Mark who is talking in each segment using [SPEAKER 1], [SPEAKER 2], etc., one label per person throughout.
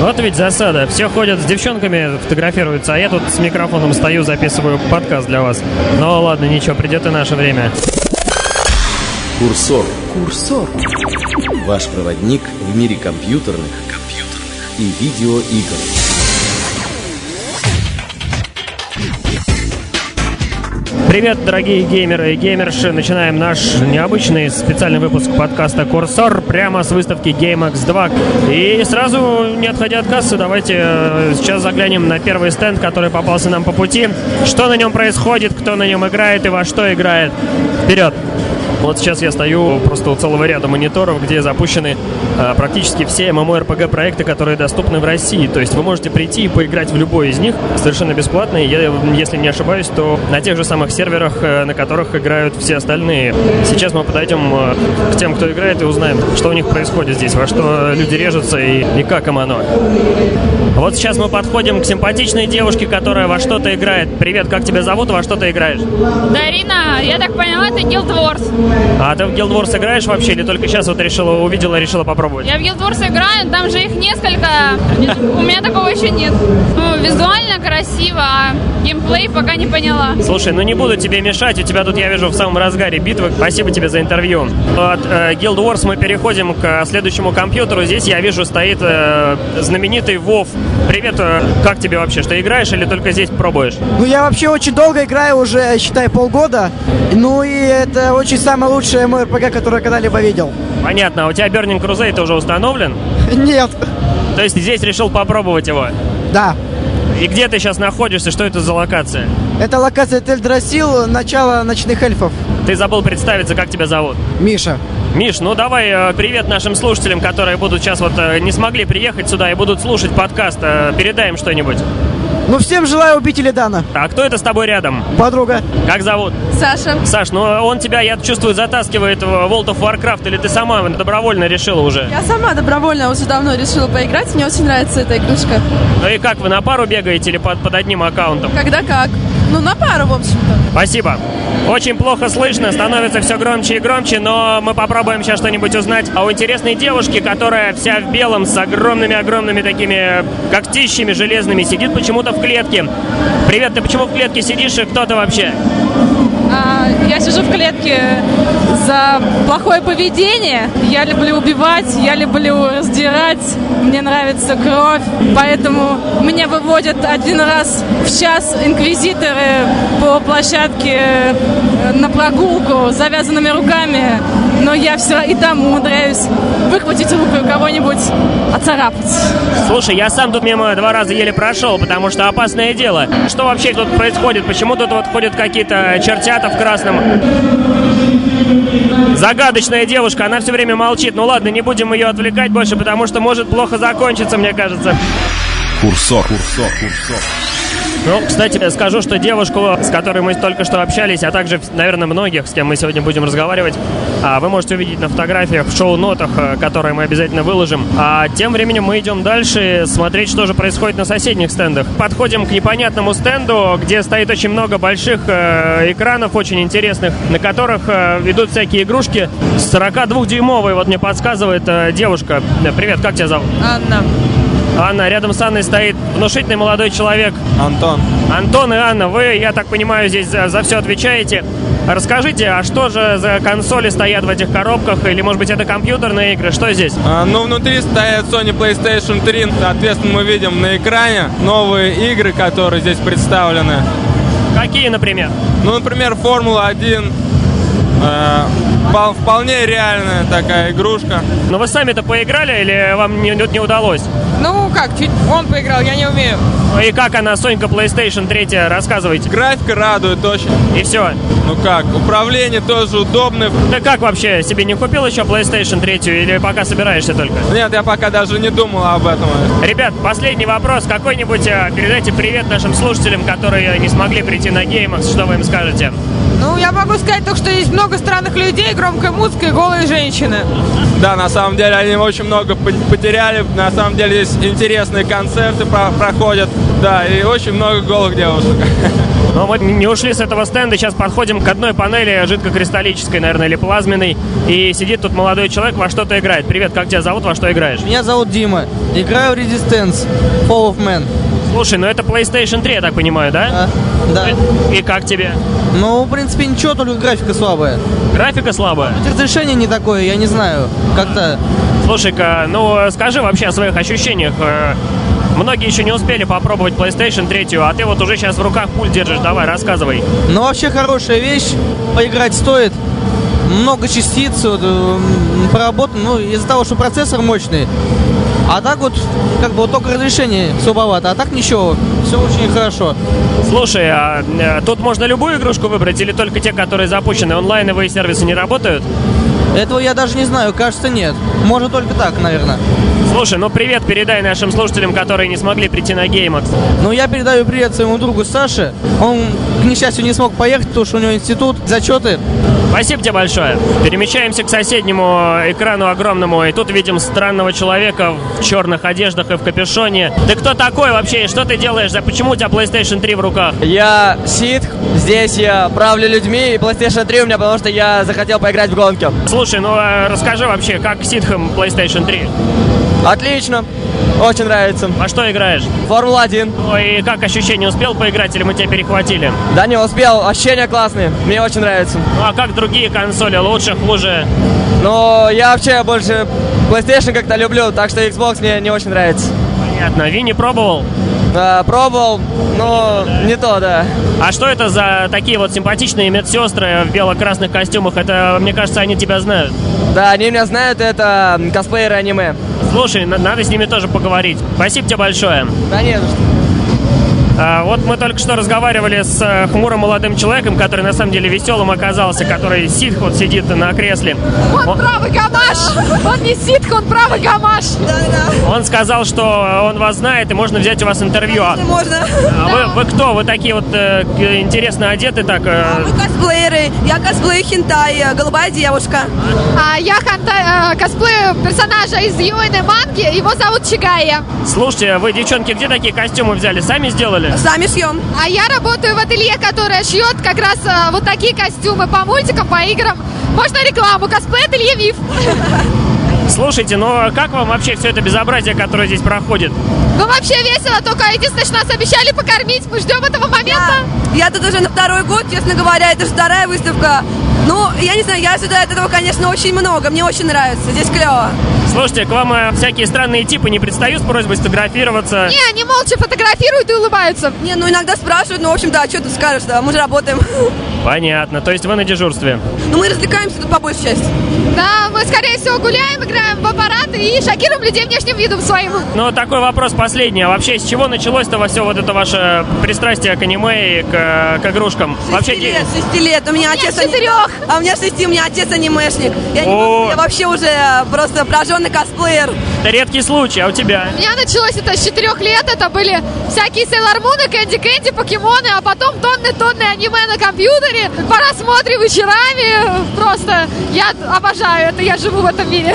[SPEAKER 1] Вот ведь засада. Все ходят с девчонками, фотографируются, а я тут с микрофоном стою, записываю подкаст для вас. Ну ладно, ничего, придет и наше время.
[SPEAKER 2] Курсор. Курсор. Ваш проводник в мире компьютерных, компьютерных. и видеоигр.
[SPEAKER 1] Привет, дорогие геймеры и геймерши. Начинаем наш необычный специальный выпуск подкаста «Курсор» прямо с выставки GameX 2. И сразу, не отходя от кассы, давайте э, сейчас заглянем на первый стенд, который попался нам по пути. Что на нем происходит, кто на нем играет и во что играет. Вперед! Вот сейчас я стою просто у целого ряда мониторов, где запущены э, практически все MMORPG проекты, которые доступны в России. То есть вы можете прийти и поиграть в любой из них совершенно бесплатно. И я, если не ошибаюсь, то на тех же самых серверах, э, на которых играют все остальные. Сейчас мы подойдем э, к тем, кто играет, и узнаем, что у них происходит здесь, во что люди режутся и, и как им оно. Вот сейчас мы подходим к симпатичной девушке, которая во что-то играет. Привет, как тебя зовут, во что ты играешь?
[SPEAKER 3] Дарина, я так поняла, ты Guild Wars.
[SPEAKER 1] А ты в Guild Wars играешь вообще или только сейчас вот решила, увидела, решила попробовать?
[SPEAKER 3] Я в Guild Wars играю, там же их несколько. У меня такого еще нет. Ну, визуально красиво, а геймплей пока не поняла.
[SPEAKER 1] Слушай, ну не буду тебе мешать, у тебя тут, я вижу, в самом разгаре битвы. Спасибо тебе за интервью. От э, Guild Wars мы переходим к э, следующему компьютеру. Здесь, я вижу, стоит э, знаменитый Вов. Привет, э, как тебе вообще? Что играешь или только здесь пробуешь?
[SPEAKER 4] Ну, я вообще очень долго играю, уже, считай, полгода. Ну, и это очень самое лучшее МРПГ, которое я когда-либо видел.
[SPEAKER 1] Понятно, а у тебя Burning Crusade уже установлен?
[SPEAKER 4] Нет.
[SPEAKER 1] То есть здесь решил попробовать его?
[SPEAKER 4] Да.
[SPEAKER 1] И где ты сейчас находишься? Что это за локация?
[SPEAKER 4] Это локация Тельдрасил, начало ночных эльфов.
[SPEAKER 1] Ты забыл представиться, как тебя зовут?
[SPEAKER 4] Миша.
[SPEAKER 1] Миш, ну давай э, привет нашим слушателям, которые будут сейчас вот э, не смогли приехать сюда и будут слушать подкаст. Э, Передай им что-нибудь.
[SPEAKER 4] Ну, всем желаю убителя Дана.
[SPEAKER 1] А кто это с тобой рядом?
[SPEAKER 4] Подруга.
[SPEAKER 1] Как зовут?
[SPEAKER 3] Саша.
[SPEAKER 1] Саш, ну он тебя, я чувствую, затаскивает в World of Warcraft, или ты сама добровольно решила уже?
[SPEAKER 5] Я сама добровольно уже давно решила поиграть, мне очень нравится эта игрушка.
[SPEAKER 1] Ну и как, вы на пару бегаете или под, под одним аккаунтом?
[SPEAKER 5] Когда как? Ну, на пару, в общем-то.
[SPEAKER 1] Спасибо. Очень плохо слышно, становится все громче и громче, но мы попробуем сейчас что-нибудь узнать о интересной девушке, которая вся в белом, с огромными-огромными такими когтищами железными, сидит почему-то в клетке. Привет, ты почему в клетке сидишь и кто ты вообще?
[SPEAKER 5] А, я сижу в клетке за плохое поведение. Я люблю убивать, я люблю раздирать, мне нравится кровь. Поэтому меня выводят один раз в час инквизиторы по площадке э, на прогулку с завязанными руками. Но я все и там умудряюсь выхватить руку у кого-нибудь, оцарапать.
[SPEAKER 1] Слушай, я сам тут мимо два раза еле прошел, потому что опасное дело. Что вообще тут происходит? Почему тут вот ходят какие-то э, чертята в красном? Загадочная девушка, она все время молчит. Ну ладно, не будем ее отвлекать больше, потому что может плохо закончиться, мне кажется.
[SPEAKER 2] Курсор. Курсор. Курсор.
[SPEAKER 1] Ну, кстати, скажу, что девушку, с которой мы только что общались, а также, наверное, многих, с кем мы сегодня будем разговаривать, а, вы можете увидеть на фотографиях, в шоу-нотах, э, которые мы обязательно выложим. А тем временем мы идем дальше смотреть, что же происходит на соседних стендах. Подходим к непонятному стенду, где стоит очень много больших э, экранов, очень интересных, на которых э, идут всякие игрушки. 42-дюймовые, вот мне подсказывает э, девушка. Э, Привет, как тебя зовут?
[SPEAKER 5] Анна,
[SPEAKER 1] Анна, рядом с Анной стоит внушительный молодой человек.
[SPEAKER 6] Антон,
[SPEAKER 1] Антон и Анна, вы, я так понимаю, здесь за, все отвечаете. Расскажите, а что же за консоли стоят в этих коробках? Или, может быть, это компьютерные игры? Что здесь?
[SPEAKER 6] а, ну внутри стоят Sony PlayStation 3, соответственно мы видим на экране новые игры, которые здесь представлены.
[SPEAKER 1] Какие, например?
[SPEAKER 6] Ну, например, Формула-1, э, впол- вполне реальная такая игрушка.
[SPEAKER 1] Но Ну, вы сами-то поиграли или вам не, не удалось?
[SPEAKER 7] Ну как, чуть он поиграл, я не умею.
[SPEAKER 1] И как она, Сонька PlayStation 3, рассказывайте.
[SPEAKER 6] Графика радует очень.
[SPEAKER 1] И все.
[SPEAKER 6] Ну как, управление тоже удобное.
[SPEAKER 1] Ты как вообще, себе не купил еще PlayStation 3 или пока собираешься только?
[SPEAKER 6] Нет, я пока даже не думал об этом.
[SPEAKER 1] Ребят, последний вопрос. Какой-нибудь э, передайте привет нашим слушателям, которые не смогли прийти на геймах. Что вы им скажете?
[SPEAKER 7] Ну, я могу сказать только, что есть много странных людей, громкая музыка и голые женщины.
[SPEAKER 6] Да, на самом деле они очень много по- потеряли. На самом деле здесь интересные концерты про- проходят. Да, и очень много голых девушек.
[SPEAKER 1] Но мы Ну не ушли с этого стенда, сейчас подходим к одной панели жидкокристаллической, наверное, или плазменной. И сидит тут молодой человек, во что-то играет. Привет, как тебя зовут, во что играешь?
[SPEAKER 8] Меня зовут Дима. Играю Resistance, Fall of Man. А,
[SPEAKER 1] Слушай, ну это PlayStation 3, я так понимаю, да?
[SPEAKER 8] Да.
[SPEAKER 1] И как тебе?
[SPEAKER 8] Ну, в принципе, ничего, только графика слабая.
[SPEAKER 1] Графика слабая?
[SPEAKER 8] Разрешение не такое, я не знаю. Как-то...
[SPEAKER 1] Слушай-ка, ну скажи вообще о своих ощущениях. Э, Многие еще не успели попробовать PlayStation 3, а ты вот уже сейчас в руках пульт держишь. Давай, рассказывай.
[SPEAKER 8] Ну, вообще хорошая вещь. Поиграть стоит. Много частиц, вот, эм, поработано, ну, из-за того, что процессор мощный. А так вот, как бы вот только разрешение слабовато, а так ничего, все очень хорошо.
[SPEAKER 1] Слушай, а э, тут можно любую игрушку выбрать или только те, которые запущены? Онлайновые сервисы не работают?
[SPEAKER 8] Этого я даже не знаю, кажется, нет. Можно только так, наверное.
[SPEAKER 1] Слушай, ну привет передай нашим слушателям, которые не смогли прийти на GameX.
[SPEAKER 8] Ну, я передаю привет своему другу Саше. Он, к несчастью, не смог поехать, потому что у него институт, зачеты.
[SPEAKER 1] Спасибо тебе большое. Перемещаемся к соседнему экрану огромному, и тут видим странного человека в черных одеждах и в капюшоне. Ты кто такой вообще, и что ты делаешь? За почему у тебя PlayStation 3 в руках?
[SPEAKER 9] Я Сид, здесь я правлю людьми, и PlayStation 3 у меня, потому что я захотел поиграть в гонки.
[SPEAKER 1] Слушай, ну э, расскажи вообще, как ситхам PlayStation 3?
[SPEAKER 9] Отлично, очень нравится.
[SPEAKER 1] Во что играешь?
[SPEAKER 9] Формула-1.
[SPEAKER 1] Ой, и как ощущение, успел поиграть или мы тебя перехватили?
[SPEAKER 9] Да не успел, ощущения классные, мне очень нравится.
[SPEAKER 1] Ну а как другие консоли, лучше, хуже?
[SPEAKER 9] Но я вообще больше PlayStation как-то люблю, так что Xbox мне не очень нравится.
[SPEAKER 1] Понятно, Ви не пробовал?
[SPEAKER 9] Да, пробовал, но не то, да.
[SPEAKER 1] А что это за такие вот симпатичные медсестры в бело-красных костюмах? Это, мне кажется, они тебя знают.
[SPEAKER 9] Да, они меня знают, это м, косплееры аниме.
[SPEAKER 1] Слушай, на- надо с ними тоже поговорить. Спасибо тебе большое.
[SPEAKER 9] Да не за что.
[SPEAKER 1] А, Вот мы только что разговаривали с э, хмурым молодым человеком, который на самом деле веселым оказался, который сидит, вот сидит на кресле.
[SPEAKER 7] Он
[SPEAKER 1] Он,
[SPEAKER 7] правый гамаш! Он не ситка, он правый гамаш!
[SPEAKER 1] он сказал, что он вас знает и можно взять у вас интервью. А-
[SPEAKER 10] Можно.
[SPEAKER 1] а вы, вы кто? Вы такие вот э, к- интересно одеты так? э,
[SPEAKER 10] А мы косплееры. Я косплею хентай, э, голубая девушка.
[SPEAKER 3] А я ханта- э, косплею персонажа из Юэны манги, его зовут Чигая.
[SPEAKER 1] Слушайте, вы, девчонки, где такие костюмы взяли? Сами сделали?
[SPEAKER 10] Сами шьем.
[SPEAKER 3] А я работаю в ателье, которое шьет как раз э, вот такие костюмы по мультикам, по играм. Можно рекламу, косплей ателье Вив.
[SPEAKER 1] Слушайте, ну как вам вообще все это безобразие, которое здесь проходит?
[SPEAKER 3] Ну вообще весело, только единственное, что нас обещали покормить, мы ждем этого момента.
[SPEAKER 10] Я тут уже на второй год, честно говоря, это же вторая выставка. Ну, я не знаю, я ожидаю от этого, конечно, очень много. Мне очень нравится. Здесь клево.
[SPEAKER 1] Слушайте, к вам э, всякие странные типы не предстают с просьбой сфотографироваться.
[SPEAKER 3] Не, они молча фотографируют и улыбаются.
[SPEAKER 10] Не, ну иногда спрашивают, ну, в общем, да, что тут скажешь, да, мы же работаем.
[SPEAKER 1] Понятно, то есть вы на дежурстве.
[SPEAKER 10] Ну, мы развлекаемся тут по большей части.
[SPEAKER 3] Да, мы скорее всего гуляем, играем в аппараты и шокируем людей внешним видом своим.
[SPEAKER 1] Ну, такой вопрос последний. А вообще, с чего началось-то все вот это ваше пристрастие к аниме и к, э, к игрушкам? Вообще,
[SPEAKER 10] Шести лет, шести лет. У меня отец...
[SPEAKER 3] с четырех.
[SPEAKER 10] А у меня шести, у меня отец анимешник. Я, не
[SPEAKER 1] О.
[SPEAKER 10] могу, я вообще уже э, просто прожженный косплеер.
[SPEAKER 1] это редкий случай, а у тебя?
[SPEAKER 3] У меня началось это с 4 лет, это были всякие Сейлор Муны, Кэнди Кэнди, покемоны, а потом тонны-тонны аниме на компьютере, по рассмотрим вечерами, просто я обожаю это, я живу в этом мире.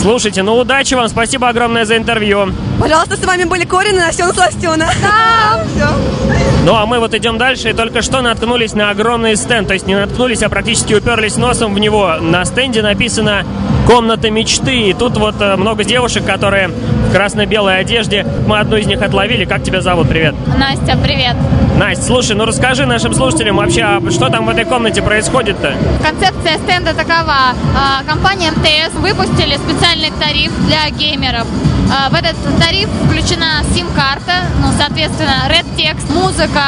[SPEAKER 1] Слушайте, ну удачи вам, спасибо огромное за интервью.
[SPEAKER 10] Пожалуйста, с вами были Корин и Настена Сластена.
[SPEAKER 3] Да.
[SPEAKER 1] Ну, а мы вот идем дальше и только что наткнулись на огромный стенд. То есть не наткнулись, а практически уперлись носом в него. На стенде написано «Комната мечты». И тут вот э, много девушек, которые в красно-белой одежде. Мы одну из них отловили. Как тебя зовут? Привет.
[SPEAKER 3] Настя, привет.
[SPEAKER 1] Настя, слушай, ну расскажи нашим слушателям вообще, а что там в этой комнате происходит-то?
[SPEAKER 3] Концепция стенда такова. А, Компания МТС выпустили специальный тариф для геймеров. А, В этот тариф включена сим-карта, ну, соответственно, Red текст, музыка,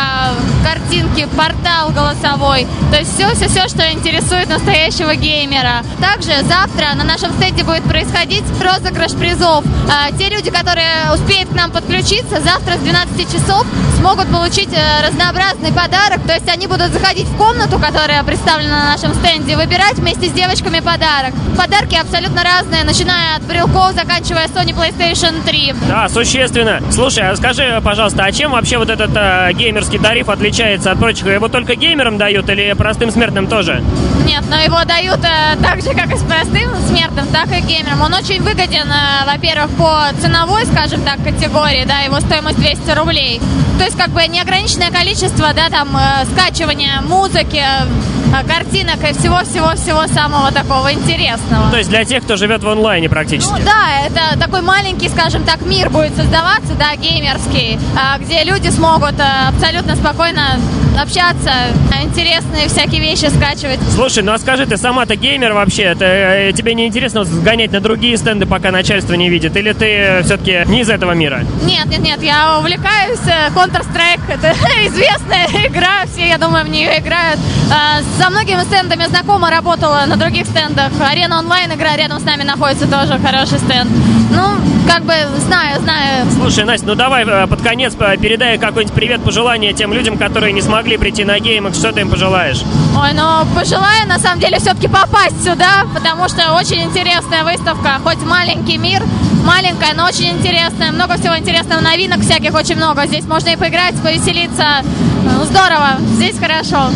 [SPEAKER 3] картинки, портал голосовой. То есть все-все-все, что интересует настоящего геймера. Также завтра на нашем стенде будет происходить розыгрыш призов. А, Те люди, которые успеют к нам подключиться, завтра с 12 часов смогут получить э, разнообразный подарок. То есть они будут заходить в комнату, которая представлена на нашем стенде, выбирать вместе с девочками подарок. Подарки абсолютно разные, начиная от брелков, заканчивая Sony PlayStation 3.
[SPEAKER 1] Да, существенно. Слушай, а скажи, пожалуйста, а чем вообще вот этот э, геймерский тариф отличается от прочих? Его только геймерам дают или простым смертным тоже?
[SPEAKER 3] Нет, но его дают э, так же, как и с простым смертным, так и геймером. Он очень выгоден, э, во-первых, по ценовой, скажем так, категории, да, его стоимость 200 рублей. То есть как бы неограниченное количество, да, там, э, скачивания музыки, э, картинок и всего-всего-всего самого такого интересного.
[SPEAKER 1] То есть для тех, кто живет в онлайне практически.
[SPEAKER 3] Ну да, это такой маленький, скажем так, мир будет создаваться, да, геймерский, а, где люди смогут а, абсолютно спокойно общаться, а, интересные всякие вещи скачивать.
[SPEAKER 1] Слушай, ну а скажи, ты сама-то геймер вообще? Ты, э, тебе не интересно вот сгонять на другие стенды, пока начальство не видит? Или ты все-таки не из этого мира?
[SPEAKER 3] Нет, нет, нет, я увлекаюсь. э, Counter-Strike — это известная игра, все, я думаю, в нее играют. А, Со многими стендами знакома, работала на других стендах. Арена онлайн игра рядом с нами находится тоже, хороший стенд. Ну, как бы знаю, знаю.
[SPEAKER 1] Слушай, Настя, ну давай э, под конец э, передай какой-нибудь привет, пожелание тем людям, которые не смогли прийти на гейминг. Что ты им пожелаешь?
[SPEAKER 3] Ой, ну пожелаю на самом деле все-таки попасть сюда, потому что очень интересная выставка, хоть маленький мир, маленькая, но очень интересная, много всего интересного, новинок всяких очень много. Здесь можно и поиграть, повеселиться. Ну, Здорово, здесь хорошо.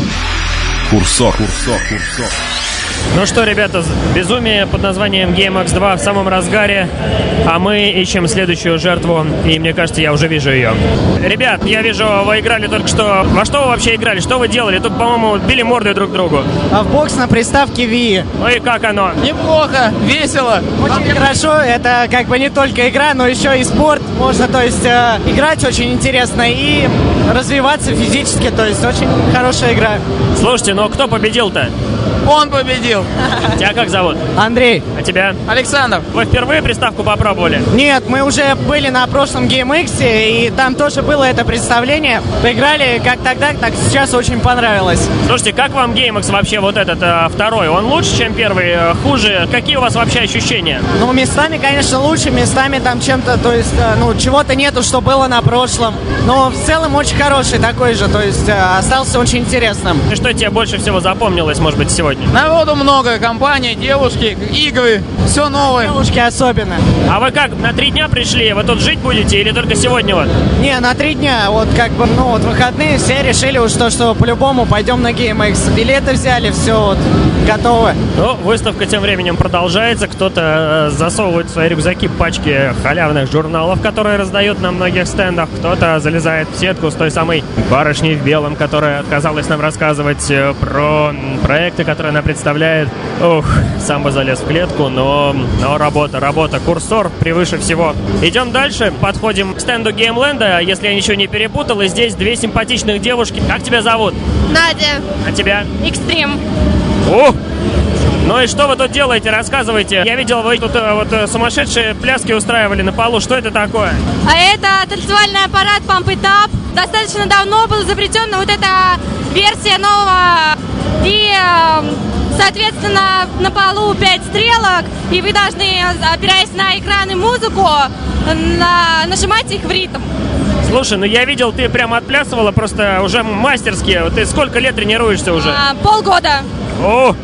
[SPEAKER 11] Курсор. Курсор. Курсор.
[SPEAKER 1] Ну что, ребята, з- безумие под названием GameX 2 в самом разгаре, а мы ищем следующую жертву, и мне кажется, я уже вижу ее. Ребят, я вижу, вы играли только что. Во что вы вообще играли? Что вы делали? Тут, по-моему, били морды друг другу.
[SPEAKER 12] А в бокс на приставке Wii.
[SPEAKER 1] Ну и как оно?
[SPEAKER 12] Неплохо, весело. Очень хорошо. Это как бы не только игра, но еще и спорт. Можно, то есть, э, играть очень интересно и развиваться физически. То есть, очень хорошая игра.
[SPEAKER 1] Слушайте, но кто победил-то?
[SPEAKER 12] Он победил.
[SPEAKER 1] Тебя как зовут?
[SPEAKER 12] Андрей.
[SPEAKER 1] А тебя?
[SPEAKER 12] Александр.
[SPEAKER 1] Вы впервые приставку попробовали?
[SPEAKER 12] Нет, мы уже были на прошлом GameX, и там тоже было это представление. Поиграли как тогда, так сейчас очень понравилось.
[SPEAKER 1] Слушайте, как вам GameX вообще вот этот э, второй? Он лучше, чем первый? Э, Хуже? Какие у вас вообще ощущения?
[SPEAKER 12] Ну, местами, конечно, лучше, местами там чем-то, то есть, э, ну, чего-то нету, что было на прошлом. Но в целом очень хороший такой же, то есть э, остался очень интересным.
[SPEAKER 1] И что тебе больше всего запомнилось, может быть, сегодня?
[SPEAKER 13] Народу много, компания, девушки, игры, все новое.
[SPEAKER 12] Девушки особенно.
[SPEAKER 1] А вы как, на три дня пришли? Вы тут жить будете или только сегодня вот?
[SPEAKER 12] Не, на три дня, вот как бы, ну, вот выходные все решили уж то, что по-любому пойдем на GameX. Билеты взяли, все, вот, готово.
[SPEAKER 1] Ну, выставка тем временем продолжается. Кто-то э, засовывает в свои рюкзаки пачки халявных журналов, которые раздают на многих стендах. Кто-то залезает в сетку с той самой барышней в белом, которая отказалась нам рассказывать э, про м, проекты, которые она представляет. Ух, сам бы залез в клетку, но, но работа, работа. Курсор превыше всего. Идем дальше. Подходим к стенду Геймленда, если я ничего не перепутал. И здесь две симпатичных девушки. Как тебя зовут?
[SPEAKER 3] Надя,
[SPEAKER 1] А тебя?
[SPEAKER 3] экстрим.
[SPEAKER 1] О! Ну и что вы тут делаете? Рассказывайте. Я видел, вы тут э, вот э, сумасшедшие пляски устраивали на полу. Что это такое?
[SPEAKER 14] А это танцевальный аппарат Pump It Up. Достаточно давно был изобретен вот эта версия нового. И, эм, соответственно, на полу 5 стрелок, и вы должны, опираясь на экран и музыку, на- нажимать их в ритм.
[SPEAKER 1] Слушай, ну я видел, ты прямо отплясывала просто уже мастерски. Вот Ты сколько лет тренируешься уже?
[SPEAKER 14] А, полгода.
[SPEAKER 1] О!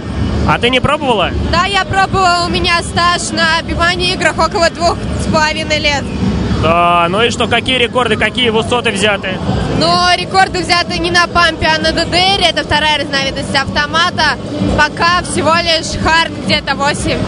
[SPEAKER 1] А ты не пробовала?
[SPEAKER 10] Да, я пробовала, у меня стаж на пивании играх около двух с половиной лет.
[SPEAKER 1] Да, ну и что, какие рекорды, какие высоты взяты?
[SPEAKER 10] Но рекорды взяты не на пампе, а на ДДР. Это вторая разновидность автомата. Пока всего лишь хард где-то 8.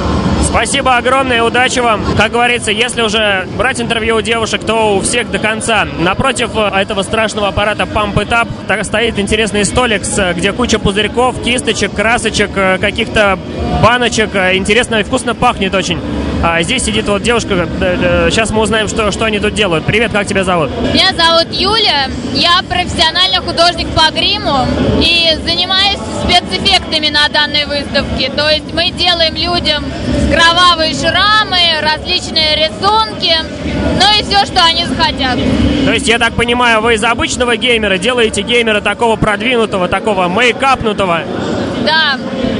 [SPEAKER 1] Спасибо огромное, удачи вам. Как говорится, если уже брать интервью у девушек, то у всех до конца. Напротив э, этого страшного аппарата Pump It Up так стоит интересный столик, с, э, где куча пузырьков, кисточек, красочек, э, каких-то баночек. Э, Интересно и вкусно пахнет очень. А здесь сидит вот девушка. э, Сейчас мы узнаем, что, что они тут делают. Привет, как тебя зовут?
[SPEAKER 15] Меня зовут Юля, я профессиональный художник по гриму и занимаюсь спецэффектами на данной выставке. То есть мы делаем людям кровавые шрамы, различные рисунки, ну и все, что они захотят.
[SPEAKER 1] То есть, я так понимаю, вы из обычного геймера делаете геймера такого продвинутого, такого мейкапнутого.
[SPEAKER 15] Да,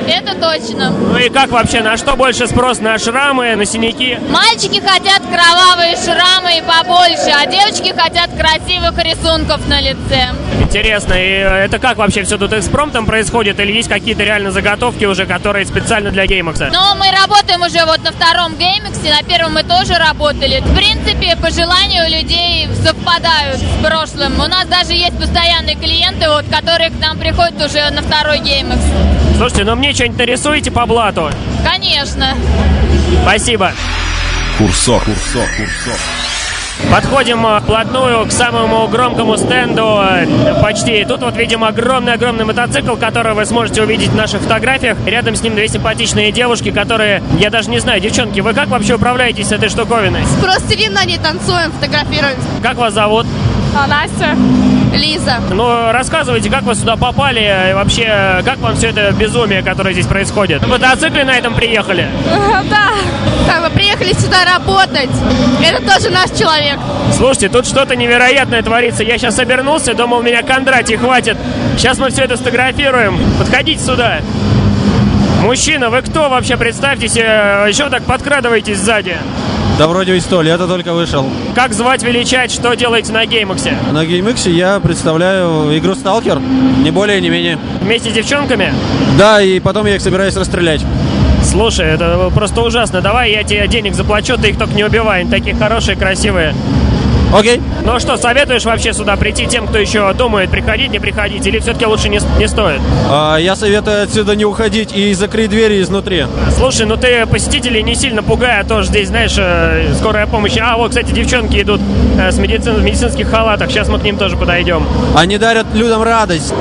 [SPEAKER 15] это точно.
[SPEAKER 1] Ну и как вообще, на что больше спрос? На шрамы, на синяки?
[SPEAKER 15] Мальчики хотят кровавые шрамы и побольше, а девочки хотят красивых рисунков на лице.
[SPEAKER 1] Интересно, и это как вообще все тут экспромтом происходит? Или есть какие-то реально заготовки уже, которые специально для геймакса?
[SPEAKER 3] Ну.
[SPEAKER 15] Но мы работаем уже вот на втором геймиксе, на первом мы тоже работали. В принципе, по желанию людей совпадают с прошлым. У нас даже есть постоянные клиенты, вот, которые к нам приходят уже на второй геймикс.
[SPEAKER 1] Слушайте, ну мне что-нибудь нарисуете по блату?
[SPEAKER 15] Конечно.
[SPEAKER 1] Спасибо.
[SPEAKER 11] Курсор, курсор, курсор.
[SPEAKER 1] Подходим э, вплотную к самому громкому стенду э, почти. Тут вот видим огромный-огромный мотоцикл, который вы сможете увидеть в наших фотографиях. Рядом с ним две симпатичные девушки, которые, я даже не знаю, девчонки, вы как вообще управляетесь этой штуковиной?
[SPEAKER 3] Просто видно, они танцуем, фотографируемся.
[SPEAKER 1] Как вас зовут?
[SPEAKER 3] А Настя. Лиза.
[SPEAKER 1] Ну, рассказывайте, как вы сюда попали э, и вообще, э, как вам все это безумие, которое здесь происходит? На мотоцикле на этом приехали?
[SPEAKER 3] Да, Да, мы приехали сюда работать. Это тоже наш человек.
[SPEAKER 1] Слушайте, тут что-то невероятное творится. Я сейчас обернулся, думал, меня Кондратий хватит. Сейчас мы все это сфотографируем. Подходите сюда. Мужчина, вы кто вообще? Представьтесь, э, еще так подкрадываетесь сзади.
[SPEAKER 16] Да вроде ведь сто лет, я только вышел.
[SPEAKER 1] Как звать, величать, что делаете на геймаксе?
[SPEAKER 16] На GameX я представляю игру Сталкер, не более, не менее.
[SPEAKER 1] Вместе с девчонками?
[SPEAKER 16] Да, и потом я их собираюсь расстрелять.
[SPEAKER 1] Слушай, это просто ужасно. Давай я тебе денег заплачу, ты их только не убивай. Они такие хорошие, красивые.
[SPEAKER 16] Окей.
[SPEAKER 1] Ну что, советуешь вообще сюда прийти тем, кто еще думает, приходить, не приходить, или все-таки лучше не, с- не стоит?
[SPEAKER 16] А, я советую отсюда не уходить и закрыть двери изнутри.
[SPEAKER 1] Слушай, ну ты посетителей не сильно пугай, а то ж здесь, знаешь, э, скорая помощь. А, вот, кстати, девчонки идут э, с медицин- в медицинских халатах. Сейчас мы к ним тоже подойдем.
[SPEAKER 16] Они дарят людям радость.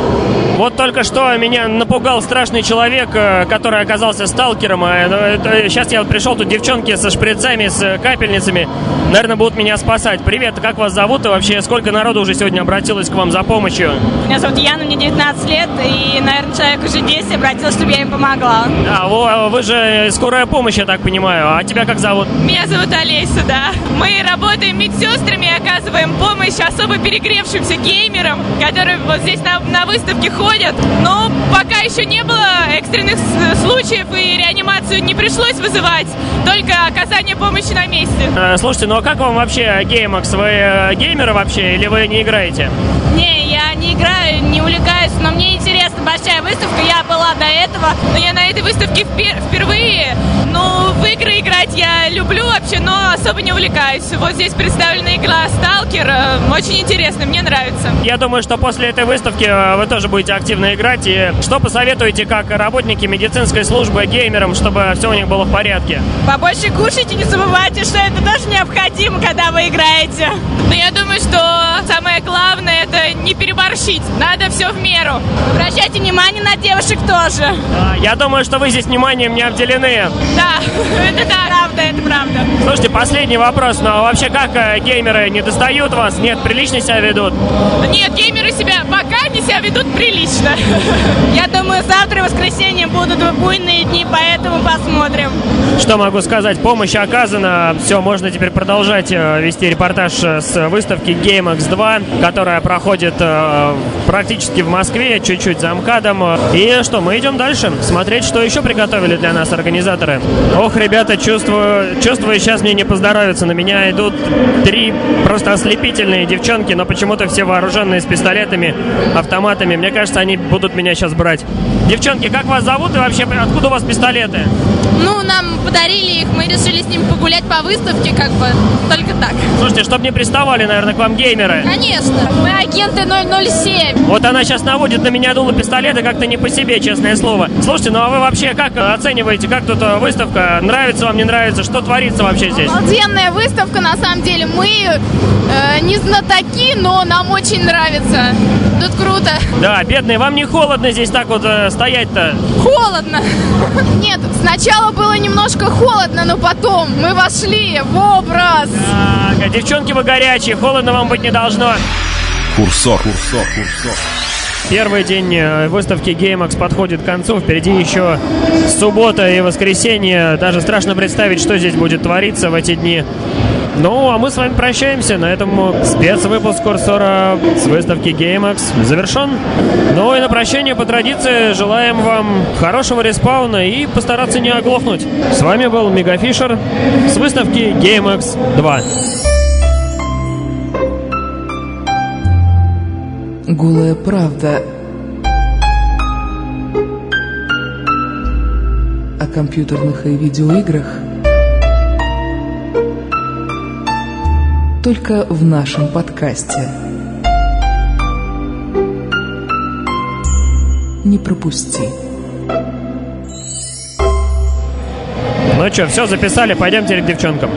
[SPEAKER 1] Вот только что меня напугал страшный человек, э, который оказался сталкером. а Сейчас я вот пришел, тут девчонки со шприцами, с э, капельницами. Наверное, будут меня спасать. Привет, как вас зовут и вообще сколько народу уже сегодня обратилось к вам за помощью?
[SPEAKER 17] Меня зовут Яна, мне 19 лет, и, наверное, человек уже 10 обратился, чтобы я им помогла.
[SPEAKER 1] А, во- вы же скорая помощь, я так понимаю. А тебя как зовут?
[SPEAKER 18] Меня зовут Олеся, да. Мы работаем медсестрами и оказываем помощь особо перегревшимся геймерам, которые вот здесь на, на выставке ходят. Но пока еще не было экстренных с- случаев и реанимацию не пришлось вызывать, только оказание помощи на месте.
[SPEAKER 1] Э, Слушайте, ну а как вам вообще геймакс? Вы э, геймеры вообще или вы не играете?
[SPEAKER 17] Не, я не играю, не увлекаюсь, но мне интересно, большая выставка, я была до этого,
[SPEAKER 18] Но я на этой выставке впер- впервые. Ну, в игры играть я люблю вообще, но особо не увлекаюсь. Вот здесь представлена игра «Сталкер». э, Очень интересно, мне нравится.
[SPEAKER 1] Я думаю, что после этой выставки э, вы тоже будете активно играть. И что посоветуете как работники медицинской службы геймерам, чтобы все у них было в порядке?
[SPEAKER 17] побольше кушайте, не забывайте, что это тоже необходимо, когда вы играете.
[SPEAKER 18] Но я думаю, что самое главное это не переборщить. Надо все в меру.
[SPEAKER 17] Обращайте внимание на девушек тоже.
[SPEAKER 1] А, Я думаю, что вы здесь вниманием не обделены.
[SPEAKER 18] Да, это правда, это правда.
[SPEAKER 1] Слушайте, последний вопрос. Ну а вообще как э, геймеры не достают вас? Нет, прилично себя ведут?
[SPEAKER 18] Нет, геймеры себя пока не себя ведут прилично.
[SPEAKER 17] Я думаю, завтра воскресенье будут буйные дни, поэтому посмотрим.
[SPEAKER 1] Что могу сказать? Помощь оказана. Все, можно теперь продолжать э, вести репортаж э, с выставки GameX 2, которая проходит э, практически в Москве, чуть-чуть за МКАДом. И что, мы идем дальше, смотреть, что еще приготовили для нас организаторы. Ох, ребята, чувствую, чувствую, сейчас мне не поздоровится. На меня идут три просто ослепительные девчонки, но почему-то все вооруженные с пистолетами, автоматами. Мне кажется, они будут меня сейчас брать. Девчонки, как вас зовут и вообще откуда у вас пистолеты?
[SPEAKER 3] Ну, нам подарили их, мы решили с ними погулять по выставке, как бы, только так.
[SPEAKER 1] Слушайте, чтобы не приставали, наверное, к вам геймеры.
[SPEAKER 3] Конечно, мы агенты 007.
[SPEAKER 1] Вот она сейчас наводит на меня дуло пистолета как-то не по себе, честное слово. Слушайте, ну а вы вообще как оцениваете, как тут э, выставка? Нравится вам, не нравится? Что творится вообще здесь?
[SPEAKER 3] Обалденная выставка, на самом деле. Мы э, не знатоки, но нам очень нравится. Тут круто.
[SPEAKER 1] Да, бедные, вам не холодно здесь так вот э, стоять-то?
[SPEAKER 3] Холодно. Нет, сначала было немножко холодно, но потом мы вошли в образ.
[SPEAKER 1] Так, а девчонки вы горячие, холодно вам быть не должно.
[SPEAKER 11] Курсор, курсор, курсор.
[SPEAKER 1] Первый день э, выставки GameX подходит к концу. Впереди еще суббота и воскресенье. Даже страшно представить, что здесь будет твориться в эти дни. Ну, а мы с вами прощаемся. На этом спецвыпуск Курсора с выставки GameX завершен. Ну и на прощание по традиции желаем вам хорошего респауна и постараться не оглохнуть. С вами был Мегафишер с выставки GameX 2.
[SPEAKER 19] Голая правда о компьютерных и видеоиграх только в нашем подкасте. Не пропусти.
[SPEAKER 1] Ну что, все записали, пойдем теперь к девчонкам.